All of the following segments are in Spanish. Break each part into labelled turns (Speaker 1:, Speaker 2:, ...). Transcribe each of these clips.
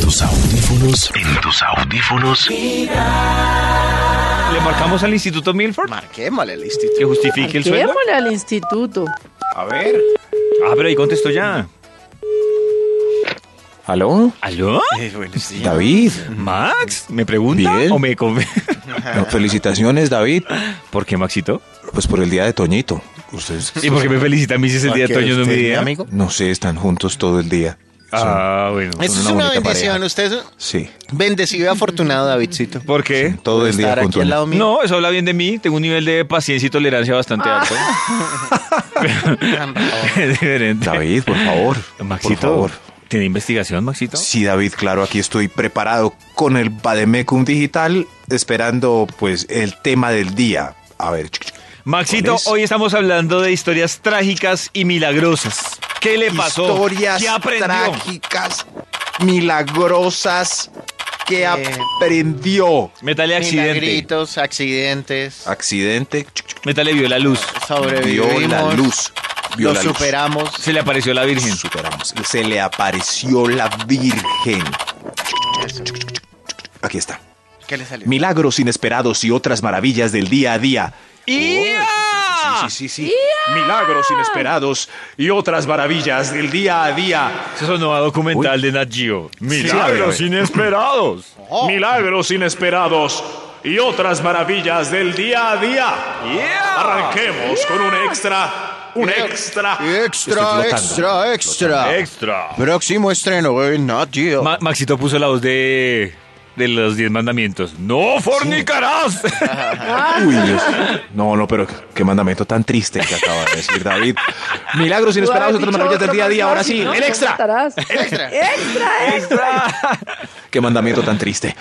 Speaker 1: tus audífonos, en tus audífonos.
Speaker 2: ¿Le marcamos al Instituto Milford?
Speaker 3: Marquémosle, listo.
Speaker 2: ¿Que justifique el sueldo?
Speaker 4: Llevémosle al instituto.
Speaker 3: A ver.
Speaker 2: Ah, pero ahí contestó ya.
Speaker 5: ¿Aló?
Speaker 2: ¿Aló?
Speaker 3: Eh, buenos días.
Speaker 5: David.
Speaker 2: ¿Max? ¿Me pregunta
Speaker 5: Bien.
Speaker 2: o me come?
Speaker 5: No, felicitaciones, David.
Speaker 2: ¿Por qué, Maxito?
Speaker 5: Pues por el día de Toñito. Ustedes,
Speaker 2: ¿Y por qué me felicita a mí si es el día de
Speaker 3: Porque
Speaker 2: Toño no es mi
Speaker 3: usted,
Speaker 2: día?
Speaker 3: amigo.
Speaker 5: no sé, están juntos todo el día.
Speaker 2: Ah, bueno.
Speaker 3: Eso es
Speaker 5: una
Speaker 3: una
Speaker 5: bonita
Speaker 3: bendición.
Speaker 5: pareja.
Speaker 3: Usted es un
Speaker 5: Sí,
Speaker 3: bendecido y afortunado, Davidcito.
Speaker 2: ¿Por qué?
Speaker 5: todo el
Speaker 3: Estar
Speaker 5: día
Speaker 3: aquí
Speaker 5: con Toñito.
Speaker 3: al lado mío.
Speaker 2: No, eso habla bien de mí. Tengo un nivel de paciencia y tolerancia bastante alto.
Speaker 3: Tan bravo.
Speaker 2: es diferente.
Speaker 5: David, por favor.
Speaker 2: Maxito,
Speaker 5: Por favor.
Speaker 2: ¿tiene investigación, Maxito?
Speaker 5: Sí, David, claro, aquí estoy preparado con el Bademecum Digital, esperando pues el tema del día. A ver, chuc, chuc.
Speaker 2: Maxito,
Speaker 5: ¿Cuál es?
Speaker 2: hoy estamos hablando de historias trágicas y milagrosas. ¿Qué le pasó?
Speaker 5: historias
Speaker 2: ¿Qué aprendió?
Speaker 5: trágicas, milagrosas que
Speaker 3: Eh.
Speaker 5: aprendió.
Speaker 2: Metale accidente.
Speaker 3: Milagritos, accidentes.
Speaker 5: Accidente, chuc, chuc,
Speaker 2: Metale vio la luz.
Speaker 3: Sobrevivimos.
Speaker 5: vio la luz. Vio
Speaker 3: Lo
Speaker 5: la luz.
Speaker 3: superamos.
Speaker 2: Se le apareció la Virgen.
Speaker 5: Superamos. Se le apareció la Virgen. Aquí está.
Speaker 3: ¿Qué le salió?
Speaker 5: Milagros inesperados y otras maravillas del día a día. Oh,
Speaker 2: ¡Ya!
Speaker 5: Sí, sí, sí, sí. Milagros inesperados y otras maravillas del día a día.
Speaker 2: Eso sonó a documental de Nat Geo.
Speaker 5: Milagros
Speaker 2: inesperados.
Speaker 1: Oh.
Speaker 6: Milagros inesperados y otras maravillas del día a día. Arranquemos con un extra, un extra.
Speaker 3: Extra, extra, extra.
Speaker 2: Extra.
Speaker 3: Próximo estreno en Nat Geo.
Speaker 2: Ma- Maxito puso la voz de, de los 10 mandamientos. ¡No fornicarás!
Speaker 3: Ah.
Speaker 5: Uy, Dios. No, no, pero qué mandamiento tan triste que acaba de decir David. Milagros inesperados y otras maravillas del día a día. Ahora sí, el extra.
Speaker 3: Extra.
Speaker 4: Extra, extra.
Speaker 5: Qué mandamiento tan triste.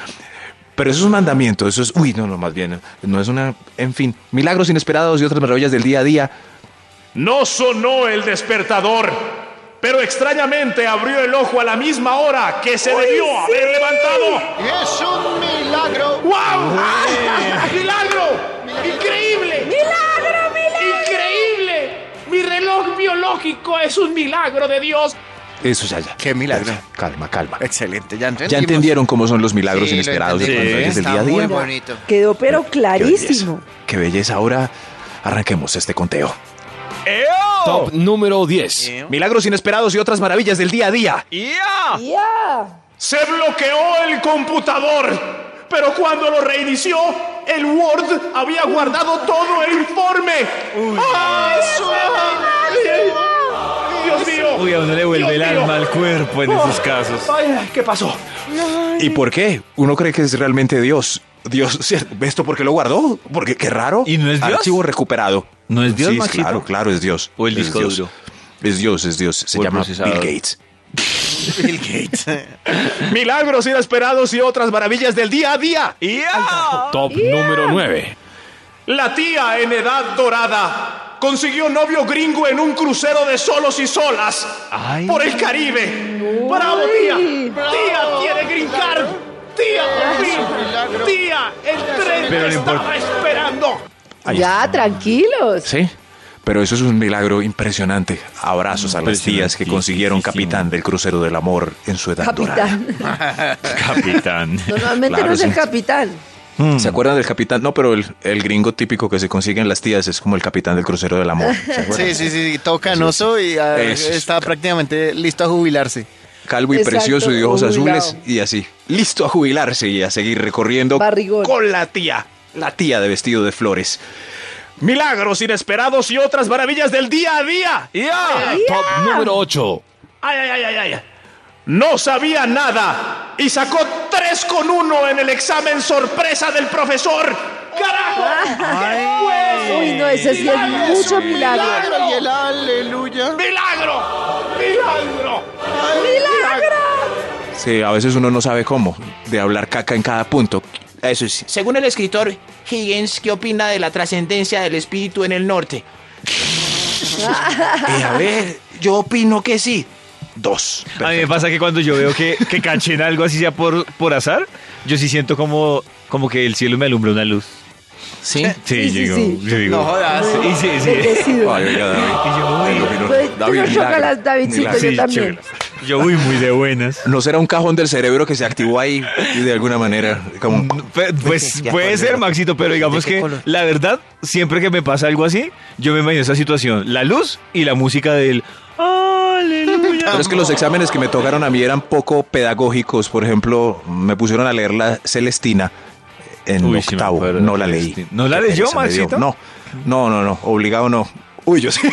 Speaker 5: Pero eso es un mandamiento, eso es... Uy, no, no, más bien, no es una... En fin, milagros inesperados y otras maravillas del día a día.
Speaker 6: No sonó el despertador, pero extrañamente abrió el ojo a la misma hora que se debió haber levantado.
Speaker 3: Es un milagro.
Speaker 6: ¡Wow! ¡Milagro! ¡Increíble!
Speaker 7: ¡Milagro, milagro!
Speaker 6: ¡Increíble! Mi reloj biológico es un milagro de Dios.
Speaker 5: Eso ya, ya.
Speaker 3: Qué milagro.
Speaker 5: Ya, ya. Calma, calma.
Speaker 3: Excelente, ya entendimos.
Speaker 5: ¿Ya entendieron cómo son los milagros
Speaker 3: Sí, lo
Speaker 5: inesperados y otras
Speaker 2: Sí.
Speaker 3: entendí.
Speaker 5: maravillas del
Speaker 3: Está
Speaker 5: día a día?
Speaker 3: muy bonito.
Speaker 4: Quedó pero
Speaker 5: Qué belleza.
Speaker 4: clarísimo.
Speaker 5: Qué belleza. Ahora arranquemos este conteo.
Speaker 1: Top número 10.
Speaker 5: Milagros inesperados y otras maravillas del día a día.
Speaker 2: ¡Ya!
Speaker 4: Ya.
Speaker 6: Se bloqueó el computador, pero cuando lo reinició, el Word había guardado todo el informe. ¡Ah, su- ¡Dios mío!
Speaker 2: Uy, a uno le vuelve el
Speaker 6: Dios
Speaker 2: alma
Speaker 6: mío.
Speaker 2: al cuerpo en esos casos.
Speaker 6: Ay, ¿Qué pasó?
Speaker 5: ¿Y por qué? Uno cree que es realmente Dios. Dios, ¿cierto? ¿esto por qué lo guardó? Porque qué raro.
Speaker 2: ¿Y no es Dios?
Speaker 5: Archivo recuperado.
Speaker 2: ¿No es Dios,
Speaker 5: Sí,
Speaker 2: Maxito?
Speaker 5: claro, claro, es Dios.
Speaker 2: ¿O el
Speaker 5: Es
Speaker 2: disco
Speaker 5: Dios.
Speaker 2: duro?
Speaker 5: Es Dios, es Dios. Se
Speaker 2: ¿O el
Speaker 5: llama
Speaker 2: procesador?
Speaker 5: Bill Gates.
Speaker 3: Bill Gates.
Speaker 6: Milagros inesperados y otras maravillas del día a día.
Speaker 2: ¡Ya!
Speaker 1: Top número 9.
Speaker 6: La tía en edad dorada consiguió novio gringo en un crucero de solos y solas
Speaker 2: Ay.
Speaker 6: por el Caribe. ¡Bravo, tía! ¡Tía quiere gringar! ¡Tía, por fin! ¡Tía, el tren
Speaker 2: Pero
Speaker 6: te
Speaker 2: no importa.
Speaker 6: estaba esperando!
Speaker 5: Ahí
Speaker 4: Ya, tranquilos.
Speaker 5: Sí. Pero eso es un milagro impresionante. Abrazos a las tías que consiguieron capitán del crucero del amor en su edad dorada.
Speaker 4: Capitán.
Speaker 2: Capitán.
Speaker 4: Normalmente
Speaker 5: Claro,
Speaker 4: no es
Speaker 5: sí.
Speaker 4: el capitán. Hmm.
Speaker 5: ¿Se acuerdan del capitán? No, pero el, el gringo típico que se consiguen las tías es como el capitán del crucero del amor. ¿Se acuerdan?
Speaker 3: Sí, sí, sí, sí, todo canoso y ah,
Speaker 5: Eso es.
Speaker 3: está prácticamente listo a jubilarse.
Speaker 5: Calvo y
Speaker 4: Exacto,
Speaker 5: precioso y de ojos
Speaker 4: jubilado.
Speaker 5: azules y así. Listo a jubilarse y a seguir recorriendo
Speaker 4: Barrigón.
Speaker 5: con la tía. La tía de vestido de flores.
Speaker 6: Milagros inesperados y otras maravillas del día a día.
Speaker 2: ¡Ya!
Speaker 1: Top número 8.
Speaker 6: ¡Ay, ay, ay, ay! ay. No sabía nada y sacó 3 con 1 en el examen sorpresa del profesor. ¡Carajo! ¡Qué hueso!
Speaker 4: Uy, no, ese sí es
Speaker 6: Milagro, es
Speaker 4: mucho
Speaker 6: un
Speaker 4: milagro.
Speaker 6: milagro.
Speaker 3: y el aleluya.
Speaker 6: ¡Milagro! ¡Milagro!
Speaker 5: Sí, a veces uno no sabe cómo. De hablar caca en cada punto. Eso sí.
Speaker 8: Según el escritor Higgins, ¿qué opina de la trascendencia del espíritu en el norte?
Speaker 5: Eh, a ver, yo opino que sí. Dos.
Speaker 2: A mí me pasa que cuando yo veo que, que cachen algo así sea por, por azar, yo sí siento como, como que el cielo me alumbra una luz.
Speaker 5: Sí.
Speaker 2: Sí,
Speaker 4: Sí, sí,
Speaker 2: digo,
Speaker 4: sí.
Speaker 2: yo digo.
Speaker 3: No jodas.
Speaker 2: Y sí, sí.
Speaker 4: Bendecido.
Speaker 5: Ay, oiga, David.
Speaker 2: Y yo, uy,
Speaker 5: Ay, lo opino-
Speaker 4: Pues, tú no
Speaker 5: milagro.
Speaker 4: chócalas, Davidcito,
Speaker 5: Milagro.
Speaker 4: yo
Speaker 2: Sí,
Speaker 4: también.
Speaker 2: chévere. Yo voy muy de buenas.
Speaker 5: No será un cajón del cerebro que se activó ahí de alguna manera. Como,
Speaker 2: Pe- Pues
Speaker 8: Ya,
Speaker 2: puede
Speaker 8: color.
Speaker 2: ser, Maxito, pero digamos
Speaker 8: ¿De qué
Speaker 2: que
Speaker 8: color?
Speaker 2: la verdad, siempre que me pasa algo así, yo me imagino esa situación. La luz y la música del... Aleluya.
Speaker 5: Pero es que los exámenes que me tocaron a mí eran poco pedagógicos. Por ejemplo, me pusieron a leer la Celestina en
Speaker 2: Uy, sí me
Speaker 5: octavo.
Speaker 2: acuerdo de
Speaker 5: no la
Speaker 2: Celestina.
Speaker 5: leí.
Speaker 2: ¿No la
Speaker 5: Qué
Speaker 2: leyó,
Speaker 5: pereza me dio.
Speaker 2: Maxito?
Speaker 5: No, no, no, no. Obligado no. Uy, yo sé.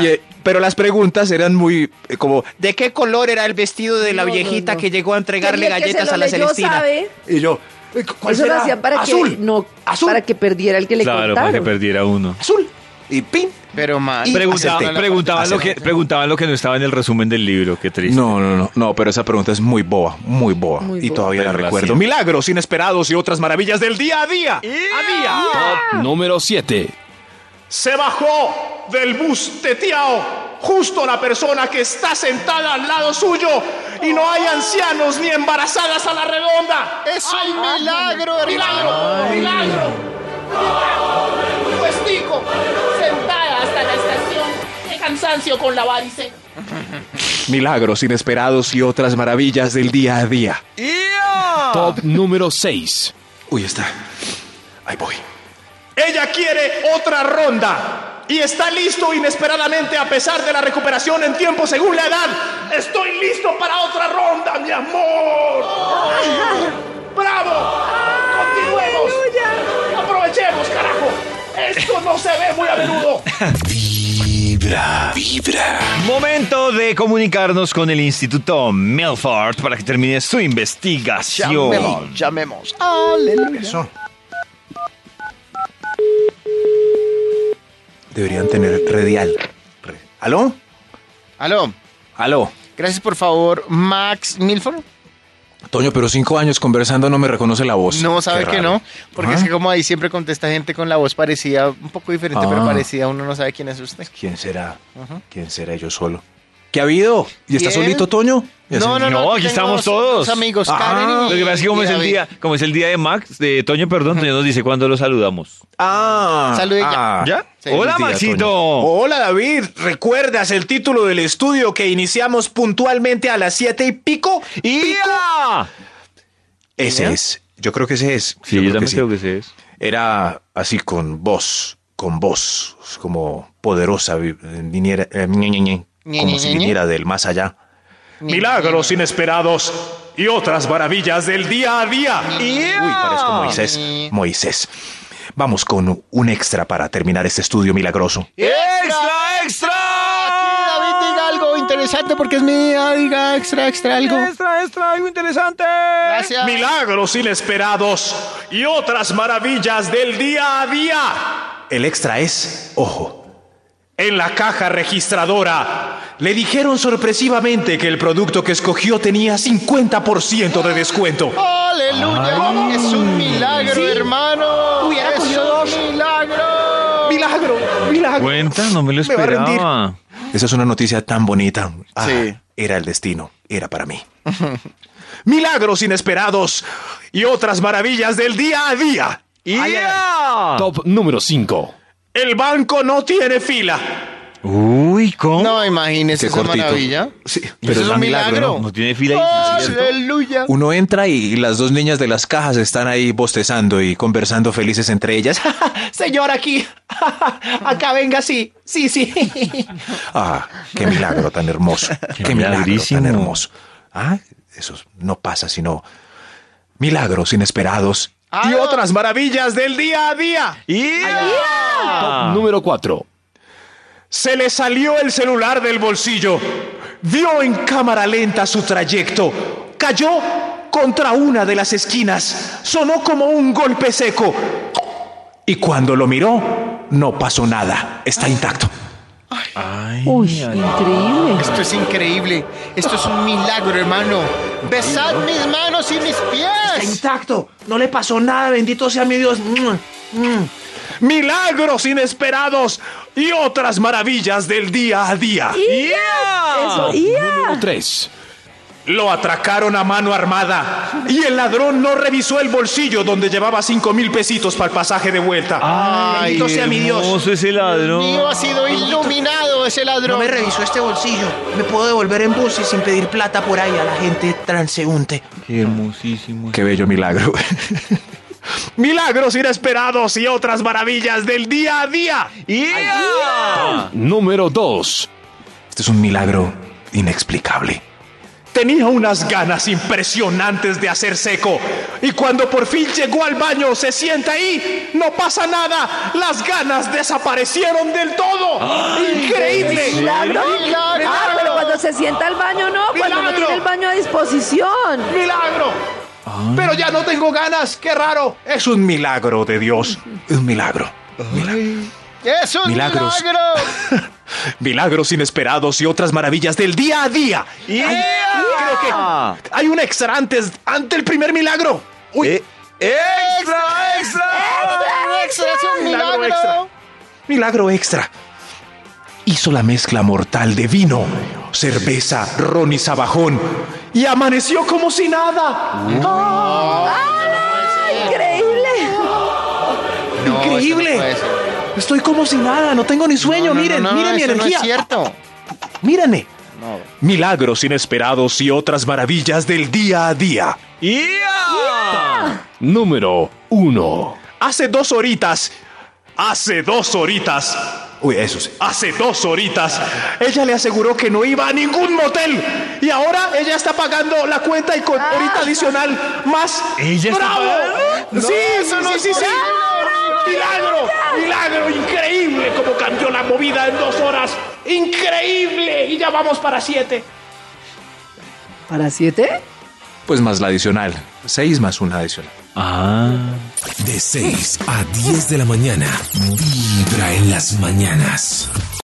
Speaker 5: Y, eh, pero las preguntas eran muy eh, como...
Speaker 8: ¿De qué color era el vestido de la
Speaker 4: No, no,
Speaker 8: viejita
Speaker 4: no.
Speaker 8: que llegó a entregarle
Speaker 4: Quería que se
Speaker 8: galletas
Speaker 4: lo
Speaker 8: a la
Speaker 4: leyó,
Speaker 8: Celestina?
Speaker 4: sabe.
Speaker 5: Y yo... eh, ¿Cuál
Speaker 4: Eso lo
Speaker 5: será?
Speaker 4: hacían para
Speaker 5: Azul.
Speaker 4: que no,
Speaker 5: Azul.
Speaker 4: para que perdiera el que le
Speaker 2: Claro, para que
Speaker 4: contaron.
Speaker 2: perdiera uno.
Speaker 5: Azul. Y pin.
Speaker 3: Pero mal.
Speaker 2: Pregunta-
Speaker 5: acepté.
Speaker 2: preguntaban, lo que, preguntaban lo que no estaba en el resumen del libro, qué triste.
Speaker 5: No, no, no, no, pero esa pregunta es muy boba, muy boba.
Speaker 4: Muy
Speaker 5: y
Speaker 4: boba.
Speaker 5: todavía
Speaker 2: Pero
Speaker 5: la
Speaker 2: la
Speaker 5: recuerdo.
Speaker 2: hacían.
Speaker 5: Milagros inesperados y otras maravillas del día a día.
Speaker 1: Top número 7.
Speaker 6: Se bajó del bus teteado justo la persona que está sentada al lado suyo y no hay ancianos ni embarazadas a la redonda.
Speaker 3: ¡Es un milagro, hermano!
Speaker 6: ¡Milagro! ¡Milagro!
Speaker 7: puestico, Pues sentada hasta la estación. ¡Qué cansancio con la varice!
Speaker 5: Milagros inesperados y otras maravillas del día a día.
Speaker 1: Top número 6.
Speaker 5: Uy, está. Ahí voy.
Speaker 6: Ella quiere otra ronda y está listo inesperadamente a pesar de la recuperación en tiempo según la edad. Estoy listo para otra ronda, mi amor. ¡Bravo! ¡Continuemos! ¡Aprovechemos, carajo! Esto no se ve muy a menudo.
Speaker 2: Momento de comunicarnos con el Instituto Milford para que termine su investigación.
Speaker 3: Llamemos. Aleluya.
Speaker 5: Eso. Deberían tener redial. Re- ¿Aló?
Speaker 3: Aló,
Speaker 5: ¿Aló?
Speaker 3: gracias por favor, Max Milford.
Speaker 5: Toño, pero cinco años conversando no me reconoce la voz.
Speaker 3: No, sabe
Speaker 5: Pues, Qué
Speaker 3: que
Speaker 5: raro.
Speaker 3: no, porque
Speaker 5: Ajá.
Speaker 3: es que como ahí siempre contesta gente con la voz parecida, un poco diferente, pero
Speaker 5: Ah.
Speaker 3: parecida, uno no sabe quién es usted.
Speaker 5: ¿Quién será? ¿Quién será yo solo? ¿Qué ha habido? ¿Y está
Speaker 3: Bien.
Speaker 5: solito, Toño? Y así,
Speaker 2: no, aquí
Speaker 3: tengo
Speaker 2: estamos
Speaker 3: dos-
Speaker 2: todos.
Speaker 3: dos amigos,
Speaker 5: Ah,
Speaker 3: Karen y-
Speaker 2: Lo que pasa es que como
Speaker 3: y
Speaker 2: es el
Speaker 3: David.
Speaker 2: día, como es el día de Max, de Toño, perdón, Toño nos dice cuándo lo saludamos.
Speaker 5: Ah,
Speaker 3: Salude ya.
Speaker 5: ah.
Speaker 2: ¿Ya?
Speaker 3: Sí,
Speaker 2: Hola,
Speaker 5: Feliz día,
Speaker 2: Maxito.
Speaker 5: Toño. Hola, David. ¿Recuerdas el título del estudio que iniciamos puntualmente a las siete y pico? Y
Speaker 2: ¡Ya!
Speaker 5: ese es. Yo creo que ese es.
Speaker 2: Sí,
Speaker 5: Yo creo
Speaker 2: yo
Speaker 5: que
Speaker 2: también
Speaker 5: sí.
Speaker 2: creo que sí es.
Speaker 5: Era así con voz, con voz, como poderosa, vi- viniera, eh, ñe, ñe, ñe,
Speaker 3: Ñe,
Speaker 5: como
Speaker 3: ñe,
Speaker 5: si
Speaker 3: ñe, ñe.
Speaker 5: viniera del más allá.
Speaker 6: Milagros inesperados y otras maravillas del día a día.
Speaker 5: Uy, parezco Moisés. Moisés. Vamos con un extra para terminar este estudio milagroso.
Speaker 2: ¡Extra,
Speaker 3: Aquí
Speaker 2: extra!
Speaker 3: Ah, David diga algo interesante porque es mi día, diga extra, extra algo.
Speaker 2: ¡Extra, extra! ¡Algo interesante!
Speaker 3: Gracias.
Speaker 6: Milagros inesperados y otras maravillas del día a día.
Speaker 5: El extra es, ojo,
Speaker 6: en la caja registradora.
Speaker 5: le dijeron sorpresivamente que el producto que escogió tenía 50% de descuento.
Speaker 3: Aleluya. Es un milagro, hermano.
Speaker 8: Hubiera
Speaker 3: es
Speaker 8: cogido
Speaker 3: un milagro.
Speaker 5: Milagro, milagro.
Speaker 2: Cuenta, no me lo
Speaker 5: Me va a rendir.
Speaker 2: esperaba.
Speaker 5: Esa es una noticia tan bonita. Ah,
Speaker 3: Sí.
Speaker 5: Era el destino, era para mí.
Speaker 6: Milagros inesperados y otras maravillas del día a día.
Speaker 2: ¡Ya!
Speaker 1: Top número 5.
Speaker 6: El banco no tiene fila.
Speaker 2: Uy, ¿cómo?
Speaker 3: No,
Speaker 5: Qué
Speaker 3: imagínese esa
Speaker 5: cortito.
Speaker 3: maravilla.
Speaker 5: Sí,
Speaker 3: Eso es un milagro.
Speaker 2: No tiene fila. ahí, ¿cierto?
Speaker 3: Aleluya.
Speaker 5: Uno entra y las dos niñas de las cajas están ahí bostezando y conversando felices entre ellas.
Speaker 8: Señor, aquí. Acá venga, sí. Sí, sí.
Speaker 5: Ah, qué milagro tan hermoso. Qué, milagro tan
Speaker 2: milagrísimo.
Speaker 5: hermoso. Ah, eso no pasa sino milagros inesperados.
Speaker 3: Ah,
Speaker 6: Y
Speaker 3: no.
Speaker 6: otras maravillas del día a día.
Speaker 1: Top número 4.
Speaker 6: Se le salió el celular del bolsillo. Vio en cámara lenta su trayecto. Cayó contra una de las esquinas. Sonó como un golpe seco.
Speaker 5: Y cuando lo miró, no pasó nada. Está intacto.
Speaker 4: Uy, increíble.
Speaker 3: Esto es increíble. Esto es un milagro, hermano. Besad mis manos y mis
Speaker 8: Está
Speaker 3: pies.
Speaker 8: intacto. No le pasó nada. Bendito sea mi Dios. Mm, mm.
Speaker 6: Milagros inesperados y otras maravillas del día a día.
Speaker 4: Eso, ¡ya!
Speaker 1: 3.
Speaker 5: Lo atracaron a mano armada y el ladrón no revisó el bolsillo donde llevaba cinco mil pesitos para el pasaje de vuelta.
Speaker 2: Ay,
Speaker 5: Bendito sea mi Dios.
Speaker 2: hermoso ese ladrón.
Speaker 3: Mío ha sido iluminado ese
Speaker 6: No
Speaker 3: ladrón.
Speaker 6: me revisó este bolsillo. Me puedo devolver en bus y sin pedir plata por ahí a la gente transeúnte.
Speaker 2: Qué hermosísimo.
Speaker 9: Qué bello milagro.
Speaker 5: Milagros inesperados y otras maravillas del día a día.
Speaker 10: Número 2.
Speaker 9: Este es un milagro inexplicable.
Speaker 5: Tenía unas ganas impresionantes de hacer seco. Y cuando por fin llegó al baño, se sienta ahí, no pasa nada. Las ganas desaparecieron del todo. Increíble.
Speaker 4: Milagro.
Speaker 5: Milagro.
Speaker 4: Ah, pero cuando se sienta al baño, no. Cuando no
Speaker 5: Milagro.
Speaker 4: tiene el baño a disposición.
Speaker 5: Milagro. Pero ya no tengo ganas, qué raro. Es un milagro de Dios.
Speaker 9: Un milagro.
Speaker 3: ¡Es un
Speaker 9: Milagros.
Speaker 3: milagro!
Speaker 5: Milagros inesperados y otras maravillas del día a día. Ay,
Speaker 3: ¡Ah!
Speaker 5: Creo que hay un extra antes, ante el primer milagro. Uy,
Speaker 3: Eh,
Speaker 5: Eh,
Speaker 9: ¡Extra, extra!
Speaker 3: ¡Extra, es un milagro!
Speaker 5: Milagro extra. Milagro extra. Hizo la mezcla mortal de vino, cerveza, ron y sabajón. Y amaneció como si nada.
Speaker 4: Increíble.
Speaker 3: No, eso no
Speaker 5: Increíble.
Speaker 3: puede ser.
Speaker 5: Estoy como si nada, no tengo ni sueño.
Speaker 3: No, no,
Speaker 5: miren,
Speaker 3: no, no,
Speaker 5: miren mi
Speaker 3: eso
Speaker 5: energía.
Speaker 3: No es cierto.
Speaker 5: Mírame. Milagros inesperados y otras maravillas del día a día.
Speaker 10: Número 1.
Speaker 5: Hace dos horitas. Hace dos horitas.
Speaker 9: Uy, eso sí.
Speaker 5: Hace dos horitas. Ella le aseguró que no iba a ningún motel. Y ahora ella está pagando la cuenta y con horita adicional más.
Speaker 2: ¿Ella está
Speaker 5: ¡Bravo!
Speaker 2: pagando?
Speaker 5: sí, eso no, sí, sí. Milagro, milagro, increíble cómo cambió la movida en dos horas. Increíble. Y ya vamos para siete.
Speaker 4: ¿Para siete?
Speaker 9: Pues más la adicional. Seis más una adicional.
Speaker 11: De 6 a 10 de la mañana. Vibra en las mañanas.